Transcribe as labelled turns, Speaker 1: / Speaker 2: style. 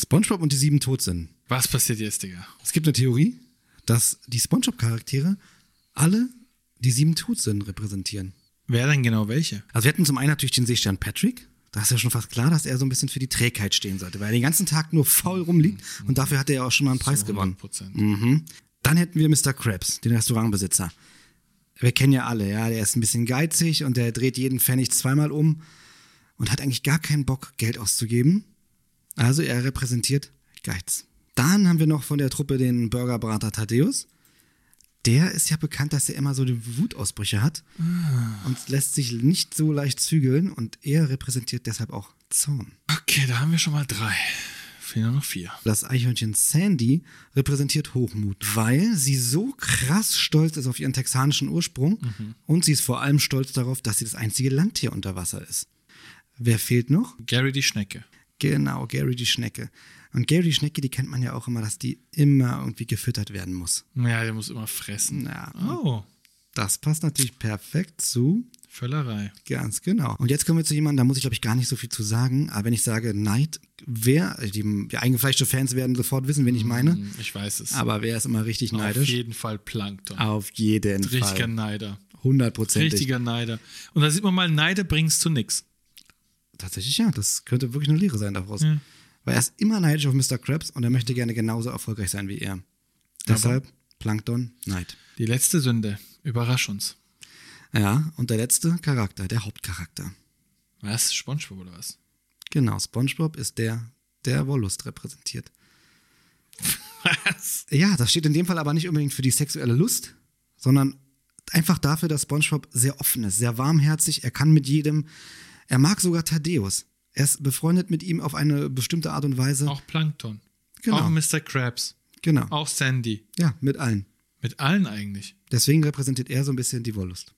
Speaker 1: SpongeBob und die sieben tot sind.
Speaker 2: Was passiert jetzt, Digga?
Speaker 1: Es gibt eine Theorie, dass die SpongeBob-Charaktere alle die sieben Todsünden repräsentieren.
Speaker 2: Wer denn genau welche?
Speaker 1: Also wir hatten zum einen natürlich den Seestern Patrick. Da ist ja schon fast klar, dass er so ein bisschen für die Trägheit stehen sollte, weil er den ganzen Tag nur faul rumliegt und dafür hat er ja auch schon mal einen Preis gewonnen.
Speaker 2: 100%.
Speaker 1: Mhm. Dann hätten wir Mr. Krabs, den Restaurantbesitzer. Wir kennen ja alle, ja, der ist ein bisschen geizig und der dreht jeden Pfennig zweimal um und hat eigentlich gar keinen Bock, Geld auszugeben. Also er repräsentiert Geiz. Dann haben wir noch von der Truppe den Burgerbrater Thaddeus. Der ist ja bekannt, dass er immer so die Wutausbrüche hat und lässt sich nicht so leicht zügeln und er repräsentiert deshalb auch Zorn.
Speaker 2: Okay, da haben wir schon mal drei. Fehlen nur noch vier.
Speaker 1: Das Eichhörnchen Sandy repräsentiert Hochmut, weil sie so krass stolz ist auf ihren texanischen Ursprung und sie ist vor allem stolz darauf, dass sie das einzige Landtier unter Wasser ist. Wer fehlt noch?
Speaker 2: Gary die Schnecke.
Speaker 1: Genau, Gary die Schnecke. Und Gary die Schnecke, die kennt man ja auch immer, dass die immer irgendwie gefüttert werden muss.
Speaker 2: Ja, der muss immer fressen.
Speaker 1: Ja.
Speaker 2: Oh,
Speaker 1: Das passt natürlich perfekt zu.
Speaker 2: Völlerei.
Speaker 1: Ganz genau. Und jetzt kommen wir zu jemandem, da muss ich, glaube ich, gar nicht so viel zu sagen. Aber wenn ich sage Neid, wer, die, die eingefleischte Fans werden sofort wissen, wen ich meine.
Speaker 2: Hm, Ich weiß es.
Speaker 1: Aber wer ist immer richtig
Speaker 2: Auf
Speaker 1: Ah, neidisch?
Speaker 2: jeden Fall Plankton.
Speaker 1: Auf jeden
Speaker 2: Richtiger
Speaker 1: Fall.
Speaker 2: Neider.
Speaker 1: Hundertprozentig.
Speaker 2: Richtiger Neider. Und da sieht man mal, Neide bringst zu nix.
Speaker 1: Tatsächlich, ja. Das könnte wirklich eine Lehre sein daraus. Weil er ist immer neidisch auf Mr. Krabs und er möchte gerne genauso erfolgreich sein wie er. Deshalb Plankton, Neid.
Speaker 2: Die letzte Sünde. Überrasch uns.
Speaker 1: Ja, und der letzte Charakter, der Hauptcharakter.
Speaker 2: Was? Spongebob oder was?
Speaker 1: Genau, SpongeBob ist der, der Wollust repräsentiert.
Speaker 2: Was?
Speaker 1: Ja, das steht in dem Fall aber nicht unbedingt für die sexuelle Lust, sondern einfach dafür, dass SpongeBob sehr offen ist, sehr warmherzig, er kann mit jedem, er mag sogar Thaddeus. Er ist befreundet mit ihm auf eine bestimmte Art und Weise.
Speaker 2: Auch Plankton.
Speaker 1: Genau.
Speaker 2: Auch Mr. Krabs.
Speaker 1: genau.
Speaker 2: Auch Sandy.
Speaker 1: Ja, mit allen.
Speaker 2: Mit allen eigentlich.
Speaker 1: Deswegen repräsentiert er so ein bisschen die Wollust.